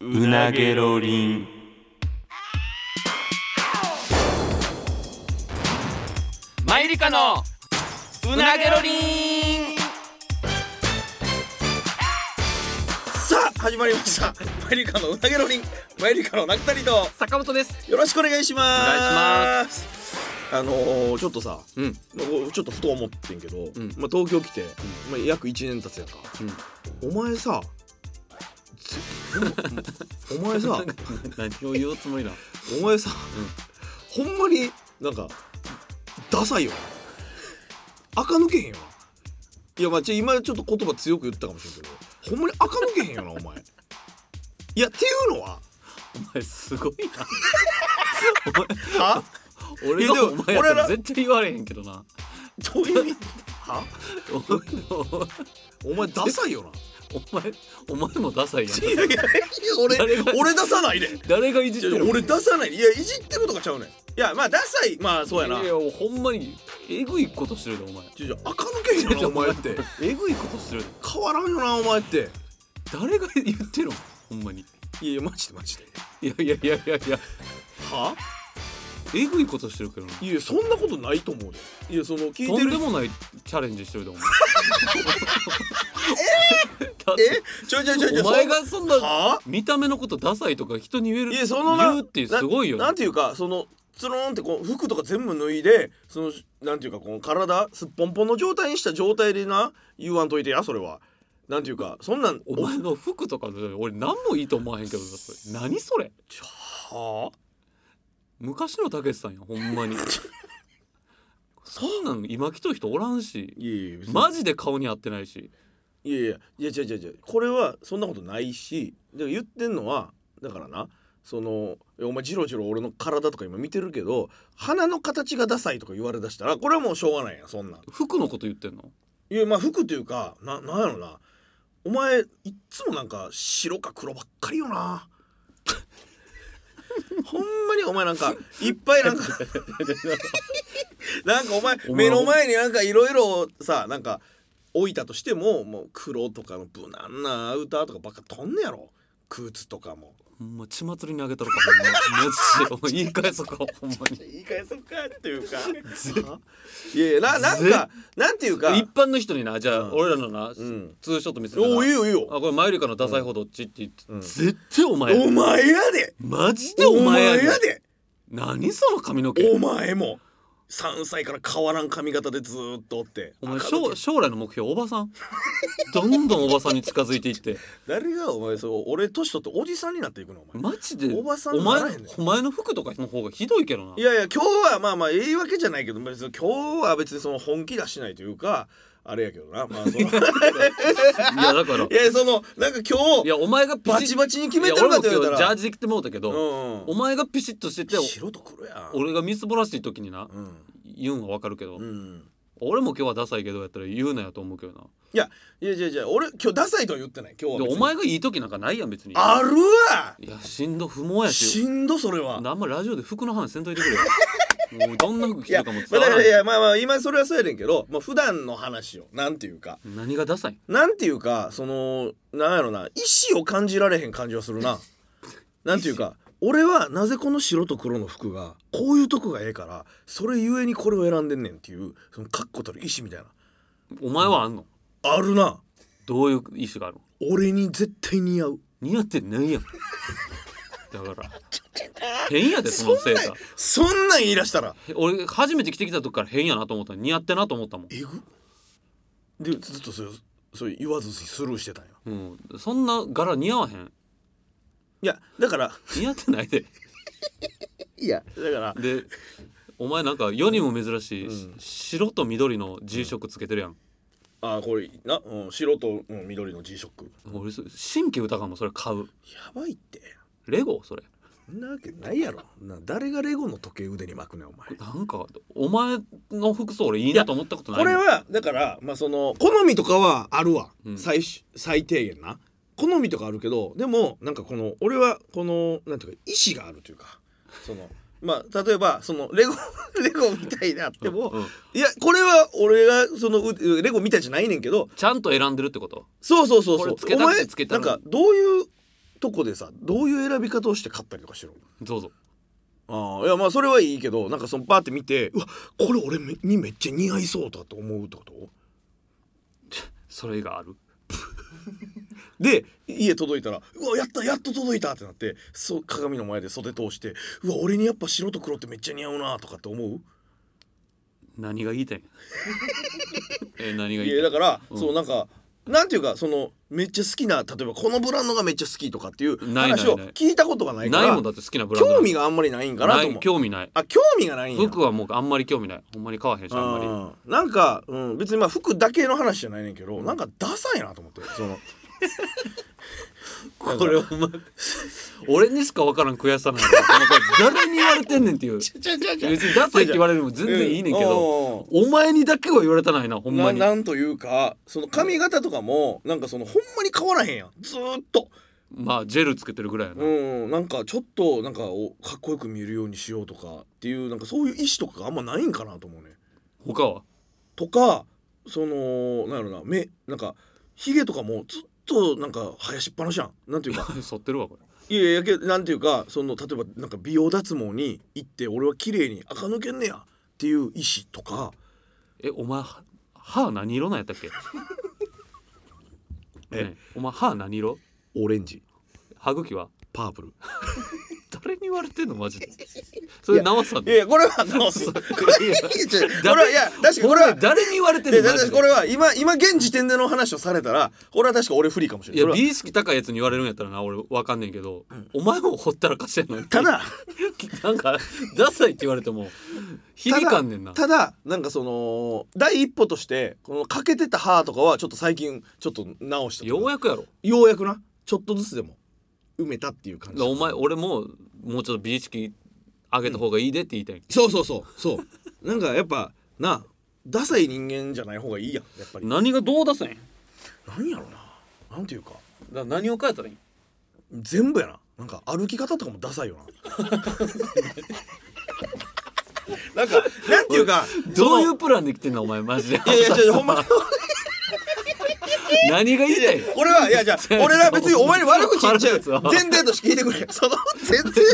うなげろりんマユリカのうなげろりんさあ始まりましたマユリカのうなげろりんマユリカのなくたりと坂本ですよろしくお願いしますお願いしますあのー、ちょっとさ、うんちょっとふと思ってんけど、んまあ、東京来て、まあ、約1年経つやんか、お前さつお前 さ 何を言うつも りなお前さ、ほんまになんかダサいよ垢抜けへんよないやまあちょ今ちょっと言葉強く言ったかもしれんけどほんまに垢抜けへんよなお前いやっていうのはお前すごいなは俺いやでがおも前 やった俺らら絶対言われへんけどなどういう意味はお前のお前ダサいよなお前お前もダサいやんいやいや誰が俺俺出さないで誰がいじってる俺出さないいやいじってるとかちゃうねんいやまあダサいまあそうやないやほんまにえぐいことしてるでお前ちょちょ垢抜けへんよなお前ってえぐいことしてるで変わらんよなお前って誰が言ってるのほんまにいやいやマジでマジでいやいやいやいやいやはえぐいことしてるけどないやそんなことないと思うでいやその聞いとてんるでもないチャレンジしてるで お前だってえ ちょいちょいちょいちょいお前がそんなそんなは見た目のことダサいとか人に言えるいやそのな言うってすごいよななんていうかそのつるんってこう服とか全部脱いでそのなんていうかこう体すっぽんぽんの状態にした状態でな言わんといてやそれはなんていうかそんなんお前の服とかで俺何もいいと思わへんけどなそれ何それは昔のたけしさんやほ んまにそんなん今来とる人おらんしいやいや別にマジで顔に合ってないしいやいやいや違う違う違うこれはそんなことないしで言ってんのはだからなそのいやお前ジロジロ俺の体とか今見てるけど鼻の形がダサいとか言われだしたらこれはもうしょうがないやんそんなん服のこと言ってんのいやまあ服というかななんやろなお前いっつもなんか白か黒ばっかりよ なほんまにお前なんかいっぱいなん かなんかお前お前目の前になんかいろいろさなんか置いたとしてももう黒とかの無難なアウターとかばっかとんねやろ靴とかもほんま血祭りにあげたのかほんまマジでお前言い返そうかほんまに言い返そうかっていうか いやいやななんぜかなんていうか一般の人になじゃあうん俺らのな、んツーショット見せてなおいいあよいいよこれマユリカのダサい方どっちって言って、うん絶対お前お前やでマジでお前やでお前やで何その髪の毛お前も3歳から変わらん髪型でずーっとおってお前赤抜将け将来の目標おばさ んどんどんおばさんに近づいていって誰がお前そう俺年取っておじさんになっていくのお前マジでおばさんおな前らへんねんお前の服とかの方がひどいけどないやいや今日はまあまあ言い訳じゃないけど別に今日は別にその本気出しないというかあれやけどなまあそのいいやだからいやそのなんか今日やお前がピバシチッバチに決めてるかと言わいや俺もれた今日ジャーらジで着てもうたけど、うんお前がピシッとしてて白と黒やん俺がみすぼらしい時にな、うん言うんはわかるけど、うん俺も今日はダサいけどやったら言うなやと思うけどないやいやいやいや俺今日ダサいとは言ってない今日はで別にお前がいい時なんかないやん別にあるいやしんど不毛やわししんどそれはあんまりラジオで服の話せんといてく れよもうどんな服着いてやるかもま伝あわだからならいいやまあまあ今それはそうやねんけど、まあ普段の話をなんていうか何がダサいなんていうかそのなんやろな意思を感じられへん感じはする ななんていうか俺はなぜこの白と黒の服がこういうとこがええからそれゆえにこれを選んでんねんっていうその確固たる意思みたいなお前はあんのあるなどういう意思があるの俺に絶対似合う似合ってないやんだから変やでそのセーターそんなん言い出したら俺初めて着てきた時から変やなと思った似合ってなと思ったもん、えぐでずっとそれそれ言わずスルーしてたんやうん、そんな柄似合わへんいやだから似合ってないでいやだからでお前なんか世にも珍しい、し白と緑の G 色つけてるやん、あーこれな、うん、白と、うん、緑の G ショック俺そ神経疑うもんそれ買うやばいってレゴそれそんなわけないやろな誰がレゴの時計腕に巻くねんお前なんかお前の服装俺いいなと思ったことないこれはだからまあその好みとかはあるわ、うん最し最低限な好みとかあるけどでもなんかこの俺はこのなんていうか意志があるというかそのまあ例えばそのレゴ レゴみたいであっても、うんいやこれは俺がそのうレゴみたいじゃないねんけどちゃんと選んでるってことそうそうそうそこれうつけたくてつけたなんのかどういうとこでさどういう選び方をして買ったりとかしてるのどうぞああいやまあそれはいいけどなんかそのパーって見てうわこれ俺めにめっちゃ似合いそうだと思うってことそれがあるで家届いたら「うわやったやっと届いた!」ってなってそう鏡の前で袖通して「うわ俺にやっぱ白と黒ってめっちゃ似合うな」とかって思う何が言いたいん え何がい言いやだたいから、うんそうなんかなんていうかそのめっちゃ好きな例えばこのブランドがめっちゃ好きとかっていうないない話を聞いたことがないかならいもんだって好きなブランド興味があんまりないんかなとな思いう興味ないあ興味がないんや服はもうあんまり興味ないほんまに買わへんしあんまりうんなんか、うん、別にまあ服だけの話じゃないねんけど、なんかダサいなと思って そのこれお前俺にしか分からん悔しさなんだよお前これ誰に言われてんねんっ ていう別にダサいって言われるのも全然いいねんけどどお前にだけは言われたないなほんまなになんというかその髪型とかもなんかそのほんまに変わらへんやんずーっとまあジェルつけてるぐらいやな、うんなんかちょっとなんかおかっこよく見えるようにしようとかっていうなんかそういう意思とかがあんまないんかなと思うね他はとかそのなんやろな目なんかひげとかもずっとなんか生やしっぱなしやんなんていうか剃ってるわこれいやいやけなんていうかその例えばなんか美容脱毛に行って俺は綺麗に垢抜けんねやっていう意思とかえお前は歯何色なんやったっけ えねえお前歯何色オレンジ歯茎はパープル誰に言われてんのマジでそれ直さんいのやいやこれは直すこれはいや確かにこれは誰に言われてんでのマ確かにジでこれは今今現時点での話をされたらこれは確か俺不利かもしいれやないそれは美意識高いやつに言われるんやったらな俺わかんねんけど、お前もほったらかしてんのにただ なんかダサいって言われても響かんねんなただただなんかその第一歩としてこの欠けてた歯とかはちょっと最近ちょっと直したとかようやくやろようやくなちょっとずつでも埋めたっていう感じお前俺ももうちょっと美意識上げた方がいいでって言いたい、そうそうそうそうなんかやっぱなダサい人間じゃない方がいいやんやっぱり何がどう出せん何やろななんていうかだ何を変えたらいい全部やななんか歩き方とかもダサい よななんかなんていうかどういうプランで来てんのお前マジでいやいやちょほんまに 何が言いたいの俺はいやじゃあう俺ら別にお前に悪口言っちゃ腹立つわう前提として聞いてくれその全 然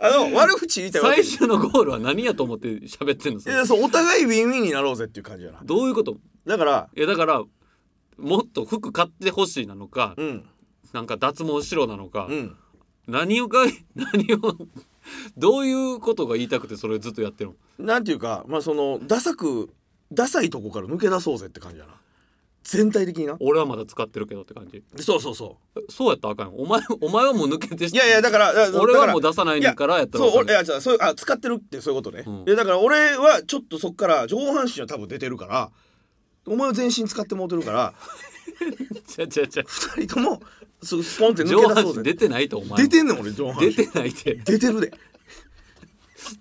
あの悪口言いたいわけ最終のゴールは何やと思って喋ってんのそいれやそうお互いウィンウィンになろうぜっていう感じやなどういうことだからいやだからもっと服買ってほしいなのか、うんなんか脱毛しろなのか、うん何をが 何をどういうことが言いたくてそれをずっとやってるのなんていうかまあそのダサくダサいとこから抜け出そうぜって感じやな全体的にな俺はまだ使ってるけどって感じそうそうそえそうやったらあかんよお前お前はもう抜けてしいやいやだからだから俺はもう出さないねんからやったらそうわ俺かいるやじゃあそうあ使ってるってそういうことね、うんでだから俺はちょっとそっから上半身は多分出てるからお前は全身使ってもうてるからちゃちゃちゃ二人ともそうスポンって抜上け出半そう身出ぜてないとお前出てんねん俺上半身出てないって出てるで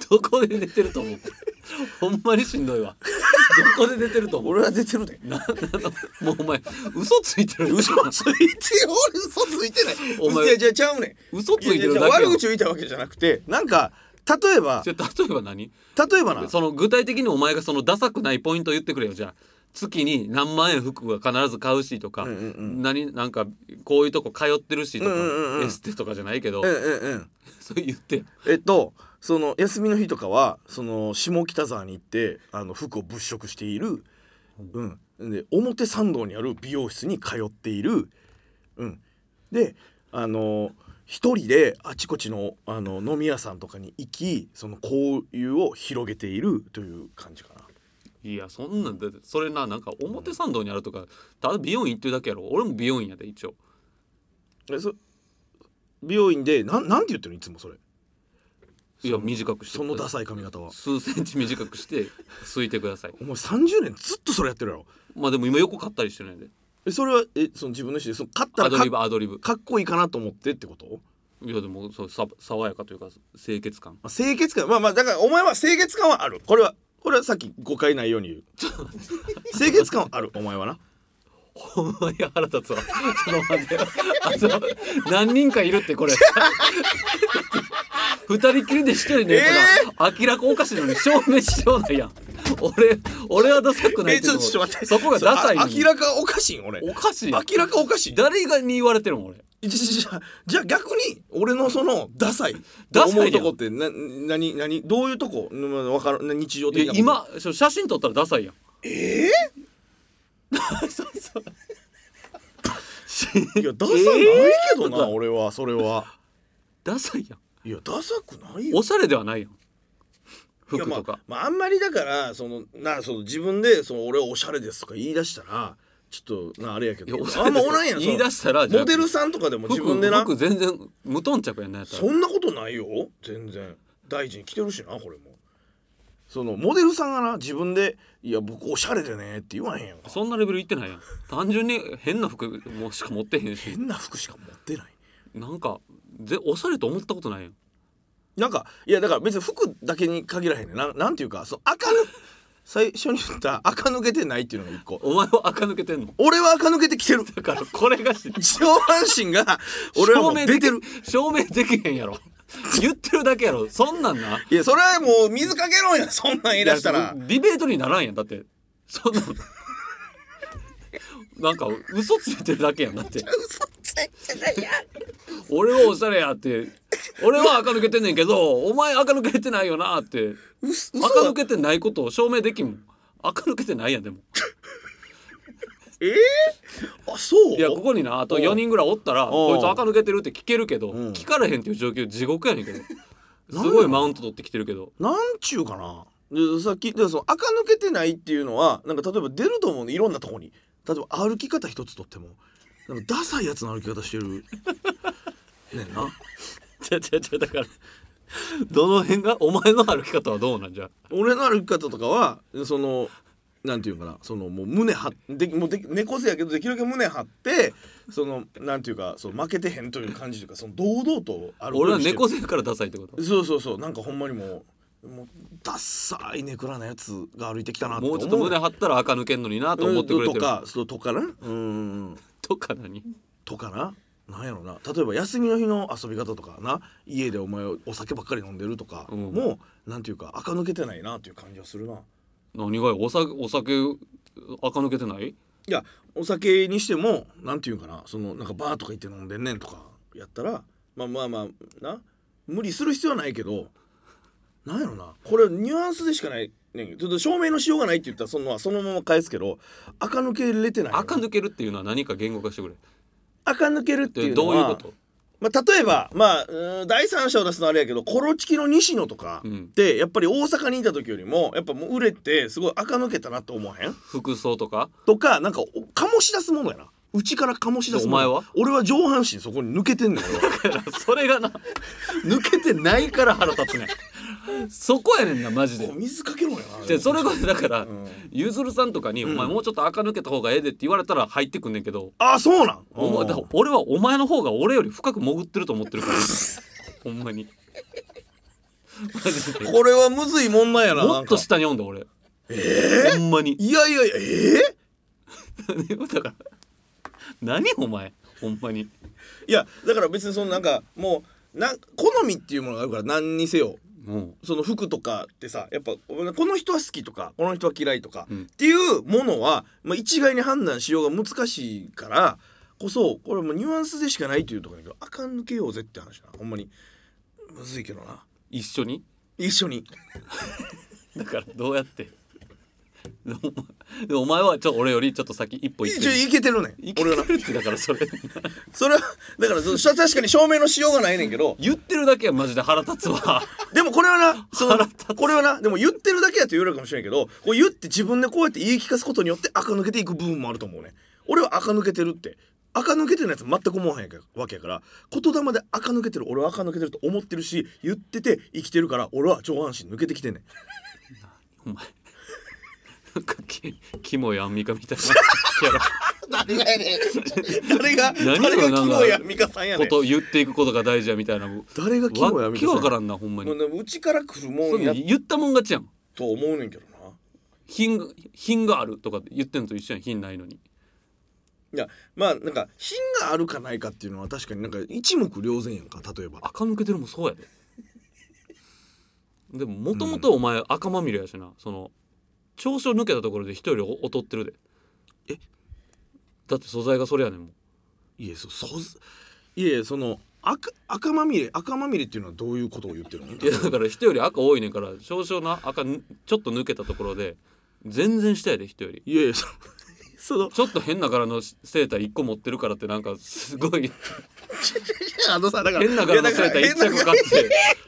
どこで出てると思うほんまにしんどいわどこで出てると思う俺は出てるでななもうお前嘘ついてる嘘ついてる俺嘘ついてないお前いやじゃあちゃうねん嘘ついてるやだやけ悪やん口を言いたいわけじゃなくてなんか例えばじゃあ例えば何例えばなその具体的にお前がそのダサくないポイントを言ってくれよじゃあ月に何万円服は必ず買うしとか、うんうんうん何なんかこういうとこ通ってるしとか、うんうんうんエステとかじゃないけど、うんうんうんそう言ってえっとその休みの日とかはその下北沢に行ってあの服を物色している、うん、で表参道にある美容室に通っている、うん、であの一人であちこちのあの飲み屋さんとかに行きその交友を広げているという感じかな。いやそんなんだってそれななんか表参道にあるとかただ美容院行ってるだけやろ俺も美容院やで一応えそ美容院でなんなんて言ってるのいつもそれいや短くしてそのダサい髪型は。数センチ短くしてすいてくださいお前30年ずっとそれやってるやろまあでも今横買ったりしてるんでえそれはえその自分の意思でその買ったアらドかリブアドリブかっこいいかなと思ってってこといやでもそうさ爽やかというか清潔感まあ清潔感まあまあだからお前は清潔感はあるこれはこれはさっき誤解ないように言う清潔感はあるお前はなほんまに腹立つわ。ちょっと待ってよ。あと、何人かいるって、これ。 二人きりで一人のやつが、明らかおかしいのに証明しようないやん。俺、俺はダサくなえいってちとょっちょっとこと待ってそこがダサいのあに明らかおかしいん俺おかしいやん明らかおかしい誰がに言われてるの俺。じゃあじゃあ逆に俺のそのダサいダサいやん思うとこってな何何どういうとこまあわからん日常い的なやこと今そう写真撮ったらダサいやんえー、いやダサえないーけどな、俺はそれはダサいやんいやダサくないよおしゃれではないやん服いやとか、まあまあ、あんまりだからそのなその自分でその俺はおしゃれですとか言い出したらちょっとなあれやけいやどおしゃあれんでますおらんやんその言い出したらじゃあモデルさんとかでも自分でな服服全然無頓着やんなやったらそんなことないよ全然大臣来てるしなこれもそのモデルさんがな自分で「いや僕おしゃれでね」って言わへんやんかそんなレベルいってないやん単純に変な服もしか持ってへんし変な服しか持ってないなんかぜおしゃれと思ったことないやんなんかいやだから別に服だけに限らへんねんななんていうかその赤ぬ最初に言った垢抜けてないっていうのが一個お前は垢抜けてんの俺は垢抜けてきてるだからこれがし上半身 が 俺はもう出てる証明でき証明できへんやろ言ってるだけやろそんなんないやそれはもう水かけろやそんなん言い出したらディベートにならんやんだってそんなんなんか嘘ついてるだけやんだって嘘ついてないや俺はおしゃれやって俺は垢抜けてんねんけどお前垢抜けてないよなって嘘嘘垢だ抜けてないことを証明できんもん垢抜けてないやんでもえー、あそういやここになあと4人ぐらいおったらおうこいつ垢抜けてるって聞けるけどうん聞かれへんっていう状況地獄やねんけ どなんすごいマウント取ってきてるけどなんちゅうかなでさっきでその垢抜けてないっていうのはなんか例えば出ると思うのいろんなとこに例えば歩き方一つとってもなんかダサいやつの歩き方して るねんなちゃちゃちゃだから どの辺がお前の歩き方はどうなんじゃ俺の歩き方とかはそのなんていうかなそのもう胸張ってもうで猫背やけどできるだけ胸張ってそのなんていうかその負けてへんという感じというかその堂々と歩く 俺ようはにしてる猫背やからダサいってことそうそうそうなんかほんまにもうもうダッサいネクラなやつが歩いてきたなっても思ううちょっと胸張ったら垢抜けんのになと思ってくれとてるかそうとかなうんうんうんとか何とかななんやろな例えば休みの日の遊び方とかな家でお前お酒ばっかり飲んでるとか、うんもうなんていうか垢抜けてないなっていう感じはするな何がよお酒お酒垢抜けてないいやお酒にしてもなんていうかなそのなんかバーとか行って飲んでんねんとかやったらまあまあまあな無理する必要はないけどなんやろなこれニュアンスでしかないねんけどちょっと証明のしようがないって言ったらそのそのまま返すけど垢抜けれてないよ垢抜けるっていうのは何か言語化してくれっ垢抜けるっていてうのどはういうことまあ、例えば、まあ、うーん第三者を出すのはあれやけどコロチキの西野とかうんって、やっぱり大阪にいた時よりもやっぱもう売れてすごい垢抜けたなと思わへん服装とかとかなんかお醸し出すものやなうちから醸し出すものお前は俺は上半身そこに抜けてんねん俺は それがな 抜けてないから腹立つねんそこやねんなマジでお水かけろやなじゃあそれこそだから、んゆずるさんとかに、お前もうちょっと垢抜けた方がええで」って言われたら入ってくんねんけど、ああそうなんお前だから俺はお前の方が俺より深く潜ってると思っ てるからほんまにマジでこれはむずい問題やなもっとなんか下に読んだ俺ほんまに いやいやいやえだから何お前ほんまにーいやだから別にそのなんかもうなん好みっていうものがあるから何にせよもその服とかってさやっぱこの人は好きとかこの人は嫌いとか、うんっていうものは、まあ、一概に判断しようが難しいからこそこれもうニュアンスでしかないというところだけどあかん抜けようぜって話なほんまにむずいけどなう一緒に一緒にだからどうやってでお前でお前はちょっと俺よりちょっと先一歩行っ一て応いけてるねんいけ俺るはなって だからそれそれはだからその確かに証明のしようがないねんけど言ってるだけはマジで腹立つわでもこれはなその腹立つこれはなでも言ってるだけやと言われるかもしれんけどこう言って自分でこうやって言い聞かすことによって垢抜けていく部分もあると思うね俺は垢抜けてるって垢抜けてるやつ全く思わへんわけやから言霊で垢抜けてる俺は垢抜けてると思ってるし言ってて生きてるから俺は上半身抜けてきてんねんお前なんかキキモいアンミカみたいなキャラ誰がやねん 誰が何が誰がキモやなんかミカさんやねこんとを言っていくことが大事やみたいなわ誰がキモやミけカさんわからんなほんまもにうねうちから来るもそんうや言ったもん勝ちやんと思うねんけどな品が品があるとか言ってんのと一緒やん品ないのにいやまあなんか品があるかないかっていうのは確かになんか一目瞭然やんか例えば垢抜けてるもそうやででももともとお前赤まみれやしなその調子を抜けたところで人より劣ってるでえだって素材がそれやねんもんいやそう素いやいやその赤赤まみれ赤まみれっていうのはどういうことを言ってるのいやだから人より赤多いねんから少々な赤ぬちょっと抜けたところで全然下やで人よりいやいやそのそのちょっと変な柄のセーター1個持ってるからってなんかすご いあのさだから変な柄のいセーターやだから1着買って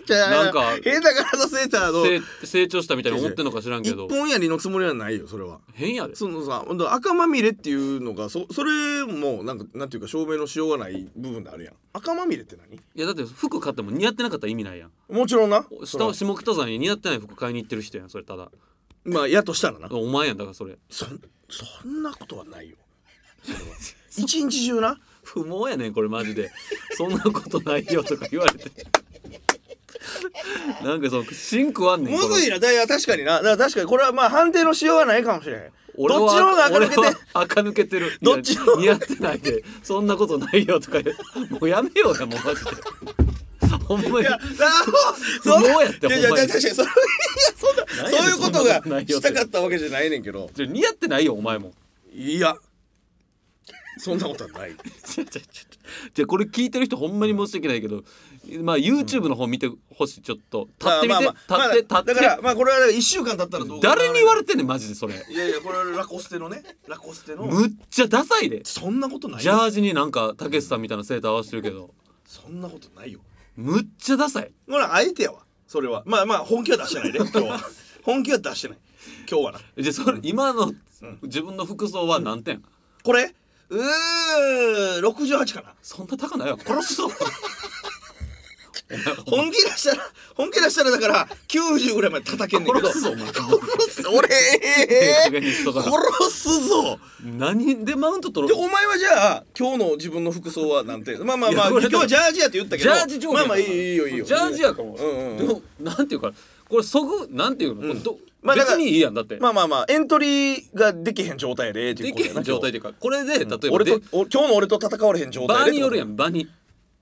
変な柄なんか変な柄のセーターのせ成長したみたいに思ってんのか知らんけ一ど本やりのつもりはないよそれは変やでそのさほんと赤まみれっていうのがそそれもなんかなんていうか証明のしようがない部分であるやん赤まみれって何いやだって服買っても似合ってなかったら意味ないやんもちろんなそ下ら下北沢に似合ってない服買いに行ってる人やんそれただまあやとしたらなお前やんだからそれそんそんなことはないよ それは一日中な不毛やねんこれマジでそんなことないよとか言われて なんかその芯食わんねんむこのずいなだいや確かになだから確かにこれはまあ判定のしようがないかもしれない俺はどっちの方が赤抜けて俺は垢抜けてるどっちの方がいや似合ってないでそんなことないよとか言うもうやめようやもうマジでほんまにいやあー不毛やっていやいやほんまに確かにそれいやそんな何そやうねいんうことそんなことながいよしてったかったわけじゃないねんけどちょ似合ってないよお前もいやそんなことはないちょちょちょじゃあこれ聞いてる人ほんまに申し訳ないけどまあ YouTube の方見てほしいちょっと立ってみて立まあまあまあって立っだからてまあこれは1週間経ったらどう誰に言われてんねんマジでそれいやいやこれはラコステのねラコステのむっちゃダサいでそんなことないジャージになんかたけしさんみたいなセーター合わせてるけどそんなことないよむっちゃダサいほらあえてやわそれはまあまあ本気は出してないで今日 は本気は出してない今日はなじゃあそれ今の自分の服装は何点これうー68かなそんな高ないわ殺すぞ本気出したら本気出したらだから90ぐらいまで叩けんねんけど殺すぞお前 殺す俺ええ加え減にしとかな殺すぞ 何でマウント取でろうお前はじゃあ今日の自分の服装はなんてまあまあまあいや俺今日はジャージやって言ったけジどャージ上下まあまあいいよいいよいいよジャージやかも、うんうんでもなんていうかこれそぐなんていうの、これどまあだ別からにいいやんだって、まあまあまあエントリーができへん状態でっていでうこときやへなん状態というかこれで例えばで、俺とお今日の俺と戦われへん状態場でによるやんん場にい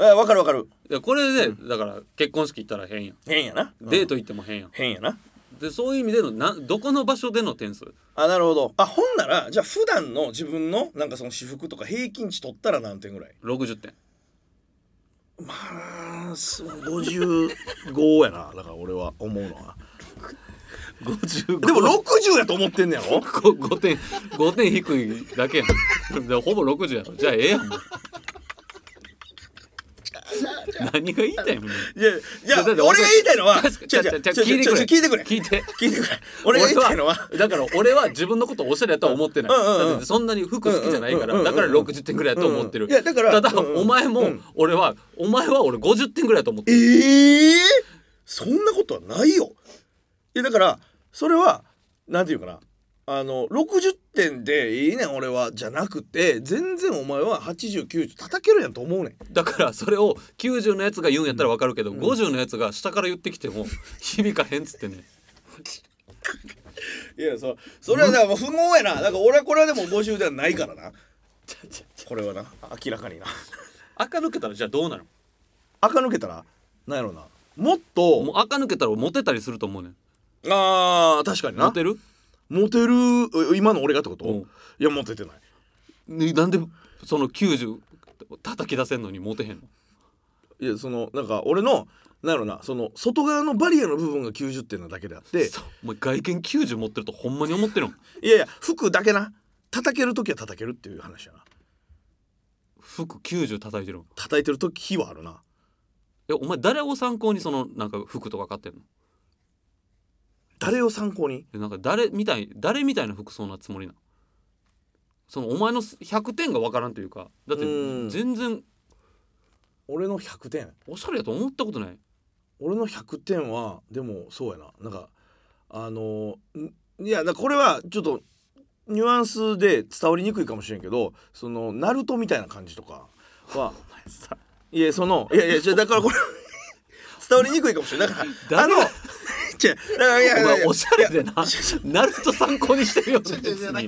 わかるわかるやこれで、だから結婚式行ったら変やん変やなデートト行っても変やん、変やなでそういう意味でのなどこの場所での点数あなるほどあほんならじゃあ普段の自分のなんかその私服とか平均値取ったら何点ぐらい60点まあ55やなだから俺は思うのは55でも60やと思ってんねやろこ5点5点低いだけやんでほぼ60やろじゃあええやんもう何が言いたいのいやいやだって俺が言いたいのは確か違う違うちょちょ違う違う聞聞いいててくくれれ聞いて聞いてくれ俺が言いたいのはだから俺は自分のことをおしゃれやとは思ってない、うんうんうんだってそんなに服好きじゃないから、うんうんうんだから60点ぐらいやと思ってる、うんうんいやだからただ、うんうんお前も、俺はお前は俺50点ぐらいやと思ってるええそんなことはないよいやだからそれはなんていうかなあの60点でいいねん俺はじゃなくて全然お前は8090叩けるやんと思うねんだからそれを90のやつが言うんやったら分かるけど、50のやつが下から言ってき ても響かへんっつってねいやそうそれはだからもう不毛やなだから俺はこれはでも50ではないからなこれはな明らかにな赤抜けたらじゃあどうなる垢抜けたらなんやろなもっもとう赤抜けたらモテたりすると思うねんあー確かになモテるモテるえ今の俺がってこと、うんいやモテてないねなんでその90叩き出せんのにモテへんのいやそのなんか俺のなんやろなその外側のバリアの部分が90点なだけであってそうお前外見90持ってるとほんまに思ってるのいやいや服だけな叩ける時は叩けるっていう話やな服90叩いてるの叩いてる時はあるなえお前誰を参考にそのなんか服とか買ってんの誰を参考にえなんか誰みたい誰みたいな服装なつもりなのそのお前の100点が分からんというかだってうん全然俺の100点おしゃれやと思ったことない俺の100点はでもそうやななんかあのんいやだからこれはちょっとニュアンスで伝わりにくいかもしれんけどそのナルトみたいな感じとか は いやそのいやいやじゃあだからこれ 伝わりにくいかもしれんだからあ誰のが違うだからいやおいやい前やおしゃれでなナルト参考にしてるよ別違う違うだかに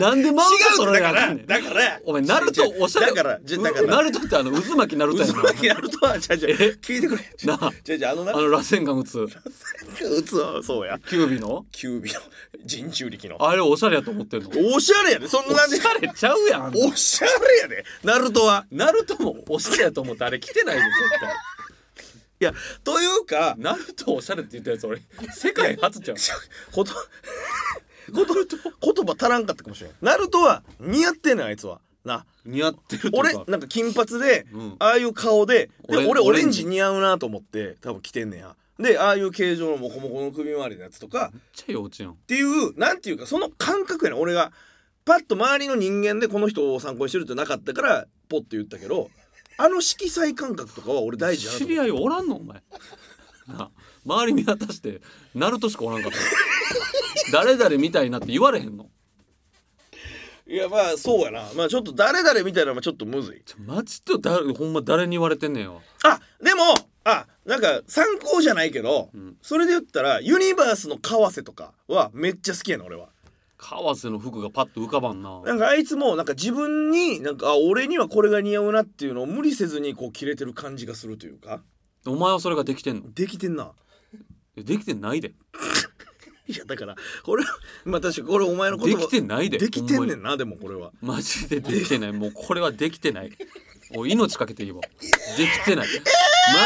なんでマウン違トう取だかられなあからんねんだからお前ナルトおしゃれだからじゃだかうナらルトってあの渦巻きナルトや渦な巻きナルトはじゃじゃ聞いてくれなあじゃじゃあのなあの螺旋が打つうつわそうやキュービのキュービの人中力のあれおしゃれやと思ってるのおしゃれやでそんなおなんでしゃれちゃうやんあんなおしゃれやでナルトはナルトもおしゃれやと思ってあれ着てないで絶対いやというかナルトおしゃれって言ったやつ俺世界初じゃんことこと言葉足らんかったかもしれないナルトは似合ってんねんあいつはな似合ってるって俺なんか金髪で、うんああいう顔ででオレン俺オオレレンンジジ似合うなと思って多分着てんねやでああいう形状のモコモコの首周りのやつとか、めっちゃ幼稚やんっていうなんていうかその感覚やねん俺がパッと周りの人間でこの人を参考にしてるってなかったからポッと言ったけどあの色彩感覚とかは俺大事やなと知思うり合いおらんのお前なあ周り見渡してナルトしかおらんかった誰々みたいなって言われへんのいやまあそうやなまあちょっと誰々みたいなのはちょっとむずいちょマジとだほんま誰に言われてんねんわあでもあなんか参考じゃないけど、んそれで言ったらユニバースの川瀬とかはめっちゃ好きやな俺は川瀬の服がパッと浮かばんななんかあいつもなんか自分になんかあ俺にはこれが似合うなっていうのを無理せずにこう切れてる感じがするというかお前はそれができてんのできてんなえできてないでいやだからこれはまあ確かにこれお前のことできてないでできてんねほんんなでもこれはまにマジでできてないもうこれはできてないおい命かけて言えばできてない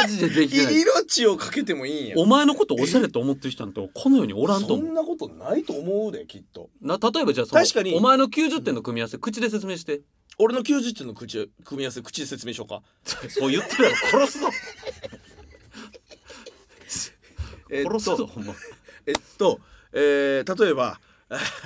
マジでできてない命をかけてもいいんやお前のことおしゃれと思ってる人なんてこの世におらんとそ思うんなことないと思うできっとな例えばじゃあその確かにお前の90点の組み合わせ口で説明して俺の90点の口組み合わせ口で説明しようかそう言ってるやろ殺すぞえっ殺すぞとほんまえっと、えー例えば、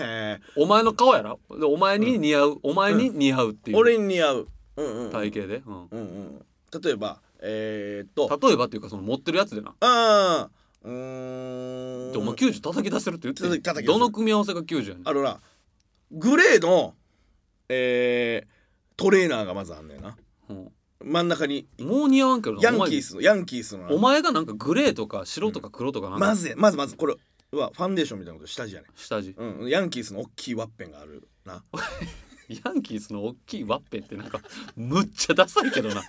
えお前の顔やろでお前に似合う、お前に似合うっていーう、俺に似合ううんうん体型で、うん、うんうん例えばえーっと例えばっていうかその持ってるやつでな、あーうーんでお前90叩き出せるって言って叩きた叩き出せどるの組み合わせが90やねんあのなグレーのえートレーナーがまずあんねんなうん真ん中にもう似合わんけどなヤンキースのヤンキースのなお前お前がなんかグレーとか白とか黒とかなんかまずやまずまずこれはファンデーションみたいなこと下地やね下地うんヤンキースの大きいワッペンがあるなヤンキースの大きいワッペンってなんかむっちゃダサい けどな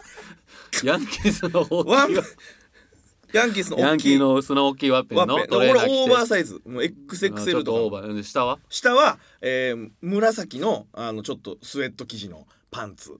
ヤンキースのワ大きンいワ ヤンキースのヤ大ンきキいーワのその大きいワッペンッのペント俺レーナー着てオーバーサイズもうあちょ XXL っとオとーかバーで下は下は、えー紫のあのちょっとスウェット生地のパンツ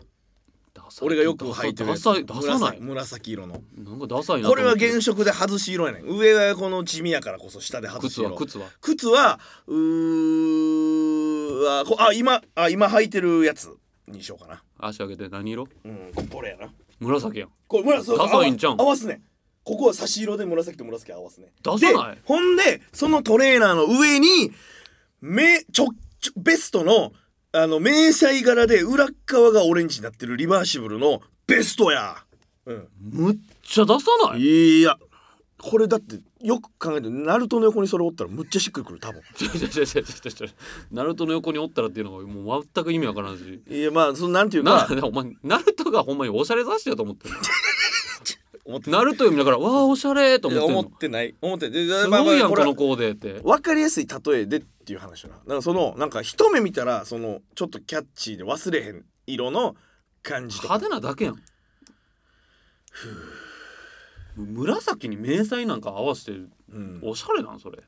ダサい俺がよく履いてるダやつサいダサない紫紫色のなんかダサいなと思っこてれは原色で外し色やねん上がこの地味やからこそ下で外し靴色は靴は靴はうーあこあ今あ今履いてるやつにしようかな足上げて何色うんこれやな紫やんこれ紫ダサいんちゃうん合わすねここは差し色で紫と紫合わすねダでサないほんでそのトレーナーの上にめちょちょベストのあの迷彩柄で裏っ側がオレンジになってるリバーシブルのベストやうんむっちゃダサないいやこれだってよく考えてナルトの横にそれおったらむっちゃしっくりくる多分ちょちょちょちょちょちょナルトの横におったらっていうのがもう全く意味わからんしいやまあそのなんていうなかお前ナルトがほんまにおしゃれ雑誌だと思ってる思ってナルト読みながらわあおしゃれといや思ってん思のってない思ってないですごいやんここれはのコーデって分かりやすい例えでっていう話だなだからそのなんか一目見たらそのちょっとキャッチーで忘れへん色の感じとか派手なだけやん紫に迷彩なんか合わせてうんおしゃれなんそれ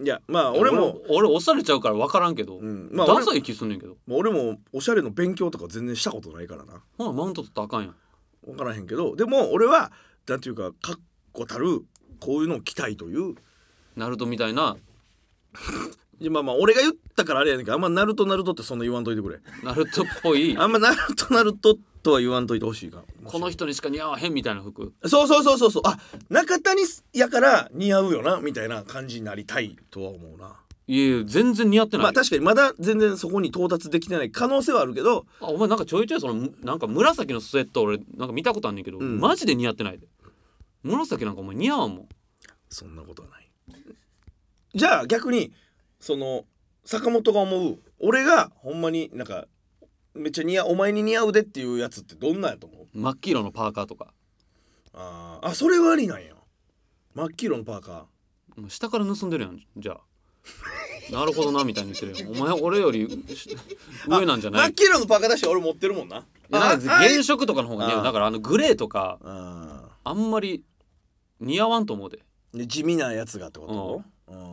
いやまあ俺も俺俺おしゃれちゃうから分からんけど、うんまあダサい気すんねんけどまあ俺もおしゃれの勉強とか全然したことないからなほなマウント取ったらあかんやん分からへんけどでも俺はなんていうか確固たるこういうのを着たいというナルトみたいないやまあまあ俺が言ったからあれやねんけどあんまナルトナルトってそんな言わんといてくれナルトっぽい あんまナルトナルトとは言わんといてほしいかこの人にしか似合わへんみたいな服そうそうそうそうそうあ中谷やから似合うよなみたいな感じになりたいとは思うないやいや全然似合ってない、まあ確かにまだ全然そこに到達できてない可能性はあるけどあお前なんかちょいちょいそのむなんか紫のスウェット俺なんか見たことあんねんけど、んマジで似合ってないで紫なんかお前似合わんもんそんなことはないじゃあ逆にその坂本が思う俺がほんまになんかめっちゃ似合うお前に似合うでっていうやつってどんなんやと思う真っ黄色のパーカーとかあーあそれはありなんや真っ黄色のパーカもう下から盗んでるやんじゃあなるほどなみたいに言ってるやんお前俺よりし上なんじゃマないッキーラのパカだし俺持ってるもんななあんかあれ原色とかの方が似合あうーだからあのグレーとかうんあんまり似合わんと思うでで地味なやつがってこと、うん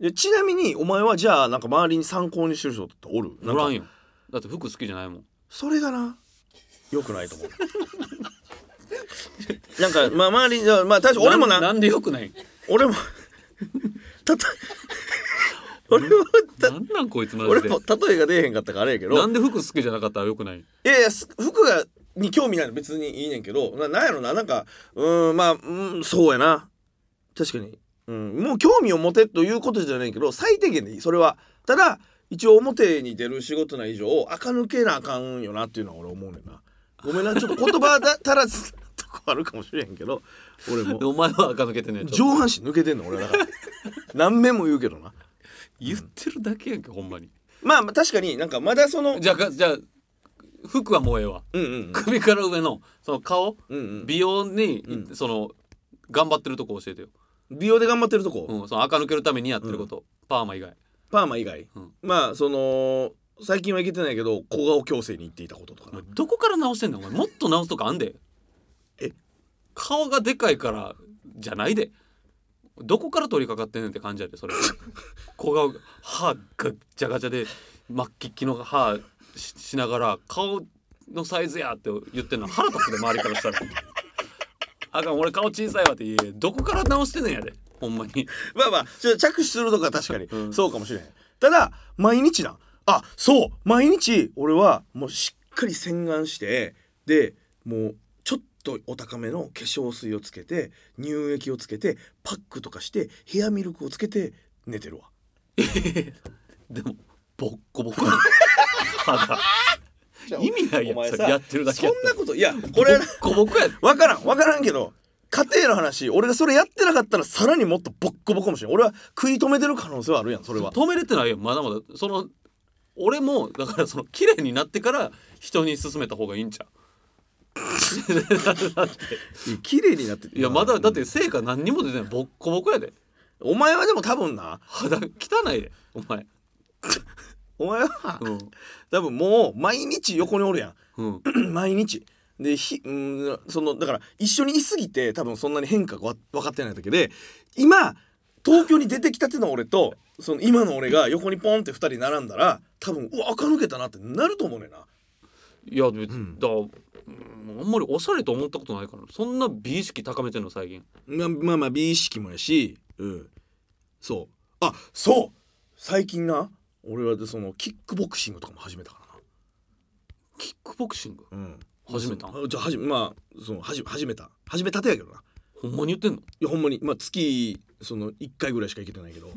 でちなみにお前はじゃあなんか周りに参考にしてる人っておるおらんよよだって服好きじゃないもんそれがなよくない と思うなんかまあ周りにまあ確かに俺もななんでよくない俺もたと 俺もたなんなんこいつマ俺ジでも例えが出えへんかったからあれやけどなんで服好きじゃなかったらよくないいやいやす服がに興味ないの別にいいねんけどななんやろななんかうーんまあうんそうやな確かに、うん、もう興味を持てということじゃないけど最低限でいいそれはただ一応表に出る仕事な以上垢抜けなあかんよなっていうのは俺思うねんなごめんなちょっと言葉だ足らずとこあるかもしれへんけど俺でもお前は垢抜けてんねんちょっと上半身抜けてんの俺はだから何面も言うけどな言ってるだけやんけほんまにまあまあ確かになんかまだそのじゃあかじゃあ服はもうええわうんうん首から上のその顔うんうん美容に、うんその頑張ってるとこ教えてよ、美容で頑張ってるとこ、うん、その垢抜けるためにやってること、パーマ以外パーマ以外、うんまあその最近は行けてないけど小顔矯正に行っていたこととかおな前どこから直してんのお前もっと直すとかあんでえ顔がでかいからじゃないでどこから取り掛かってんねんって感じや でそれ小顔歯がっちゃがちゃで末期っきの歯ししながら顔のサイズやって言ってんの腹立つで周りからしたらあかん俺顔小さいわって言えどこから直してんねんやでほんまにまあまあちょっと着手するとか確かに、うんそうかもしれへんただ毎日なあそう毎日俺はもうしっかり洗顔してでもうちょっとお高めの化粧水をつけて乳液をつけてパックとかしてヘアミルクをつけて寝てるわでもボッコボコ肌意味ないやお前つさやってるだけそやんったなこといやこれボッコボコやで分からん分からんけど家庭の話俺がそれやってなかったらさらにもっとボッコボコかもしれん俺は食い止めてる可能性はあるやんそれは止めれてないよまだまだその俺もだからその綺麗になってから人に勧めた方がいいんちゃ綺麗になってういやまだだって成果何にも出てないボッコボコやでお前はでも多分な肌汚いでお前お前はうん多分もう毎日横におるやうんん 毎日でひうんそのだから一緒にいすぎて多分そんなに変化がわ分かってないだけで今東京に出てきたての俺とその今の俺が横にポンって2人並んだら多分うわ垢抜けたなってなると思うねんないや別にだからうんあんまりおしゃれと思ったことないからそんな美意識高めてんの最近ままあまあ美意識もやし、うん、そうあそう最近な俺はでそのキックボクシングとかも始めたかキックボクシングらな、うん、始めたんあじゃあはじまあそのはじ始めた始めたてやけどなほんまに言ってんのいやほんまに、まあ、月その1回ぐらいしか行けてないけど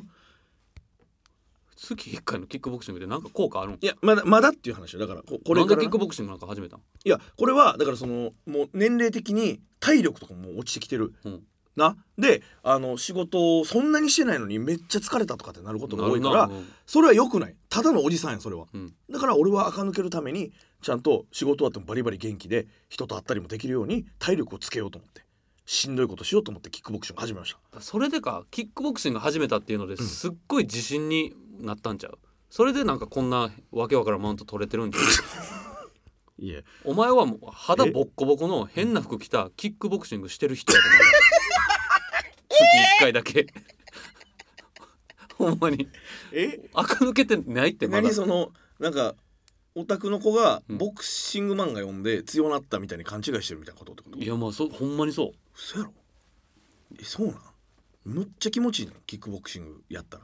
月1回のキックボクシングでなんか効果あるんいやまだまだっていう話よだからここれなんからでキックなボクシングなんか始めたんいやこれはだからそのもう年齢的に体力とかも落ちてきてる、うんなであの仕事をそんなにしてないのにめっちゃ疲れたとかってなることが多いかならるなうんそれは良くないただのおじさんやんそれはうんだから俺は垢抜けるためにちゃんと仕事終わってもバリバリ元気で人と会ったりもできるように体力をつけようと思ってしんどいことしようと思ってキックボクシング始めましたそれでかキックボクシング始めたっていうのですっごい自信になったんちゃう、それでなんかこんなわけわからんマウント取れてるん じゃういえお前はもう肌ボッコボコの変な服着たキックボクシングしてる人やと 思う月1回だけ ほんまにえ垢抜けてないってまだ何そのなんかオタクの子がうんボクシング漫画読んで強なったみたいに勘違いしてるみたいなことってこといやまあそほんまにそう嘘やろえそうなんむっちゃ気持ちいいのキックボクシングやったら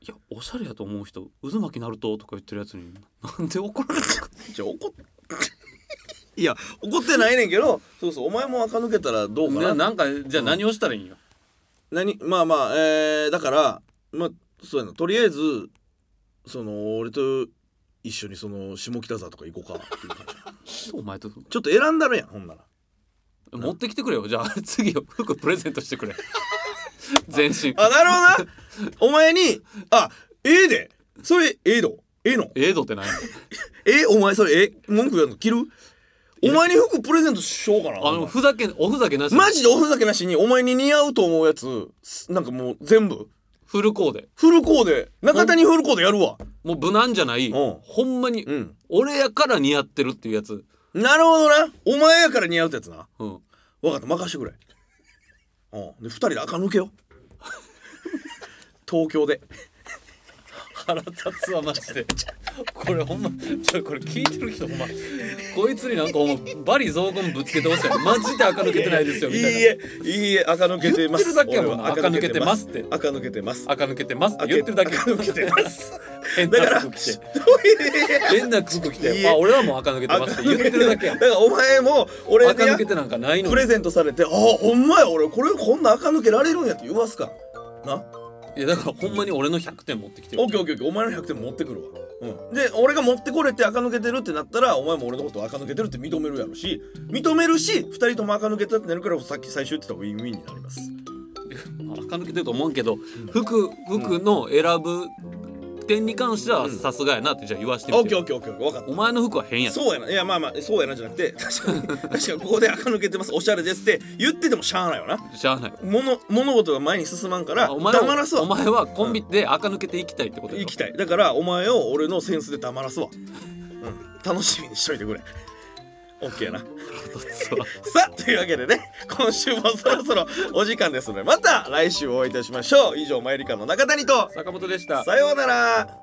いやおしゃれやと思う人渦巻きなるととか言ってるやつになんで怒られたかじゃあ怒っ いや怒ってないねんけどそうそうお前も垢抜けたらどうかなななんかじゃあ何をしたらいいんよ、何まあまあえー、だからまあそうやなとりあえずその俺と一緒にその下北沢とか行こうかっていう感 じお前とちょっと選んだるやんほんなら持ってきてくれよじゃあ 次よ服プレゼントして くれ全身あなるほどなお前にあええでそれええどええのエイドってないええお前それええ文句やんの着るお前に服プレゼントしようかなあのふざけおふざけなしマジでおふざけなしにお前に似合うと思うやつすなんかもう全部フルコーデフルコーデ中谷フルコーデやるわもう無難じゃないうんほんまにうん俺やから似合ってるっていうやつ、なるほどなお前やから似合うってやつなうん、分かった任してくれうんで2人で垢抜けよ東京で腹立つわマジで これほんまちょこれ聞いてる人ほんまこいつになんかほんまバリ雑言ぶつけてほしいマジで垢抜けてないですよいみたいいなえいいえ垢抜けてます言ってるだけやもんな俺は垢抜けてます垢抜けてます垢抜けてますって言ってるだけ垢抜けてます変だかなら服着てだ変な服着いいてえあ俺はもう垢抜けてますって言ってるだけやんからお前も俺垢抜にけてなんかないのプにレゼントされて「あほんまや俺これこんな垢抜けられるんや」って言わすからないやだからほんまに俺の100点持ってきてオッケーオッケーオッケーお前の100点持ってくるわ、うん、で俺が持ってこれて垢抜けてるってなったらお前も俺のこと垢抜けてるって認めるやろし認めるし2人とも垢抜けたってなるからさっき最初言ってたウィンウィンになりますまあ垢抜けてると思うけど服服の選ぶ点に関してはさすがやなってじゃあ言わしてオッケみーてオよッケーオッケー分かったお前の服は変やんそうやないやまあまあそうやなじゃなくて 確かに確かにここで垢抜けてますおしゃれですって言っててもしゃあないよなしゃあない物物事が前に進まんからあお前は黙らすわお前はコンビで垢抜けていきたいってことやろ行き たいだからお前を俺のセンスで黙らすわ、うん、楽しみにしといてくれ OK やな さあというわけでね今週もそろそろお時間ですのでまた来週お会いいたしましょう以上マユリカの中谷と坂本でしたさようなら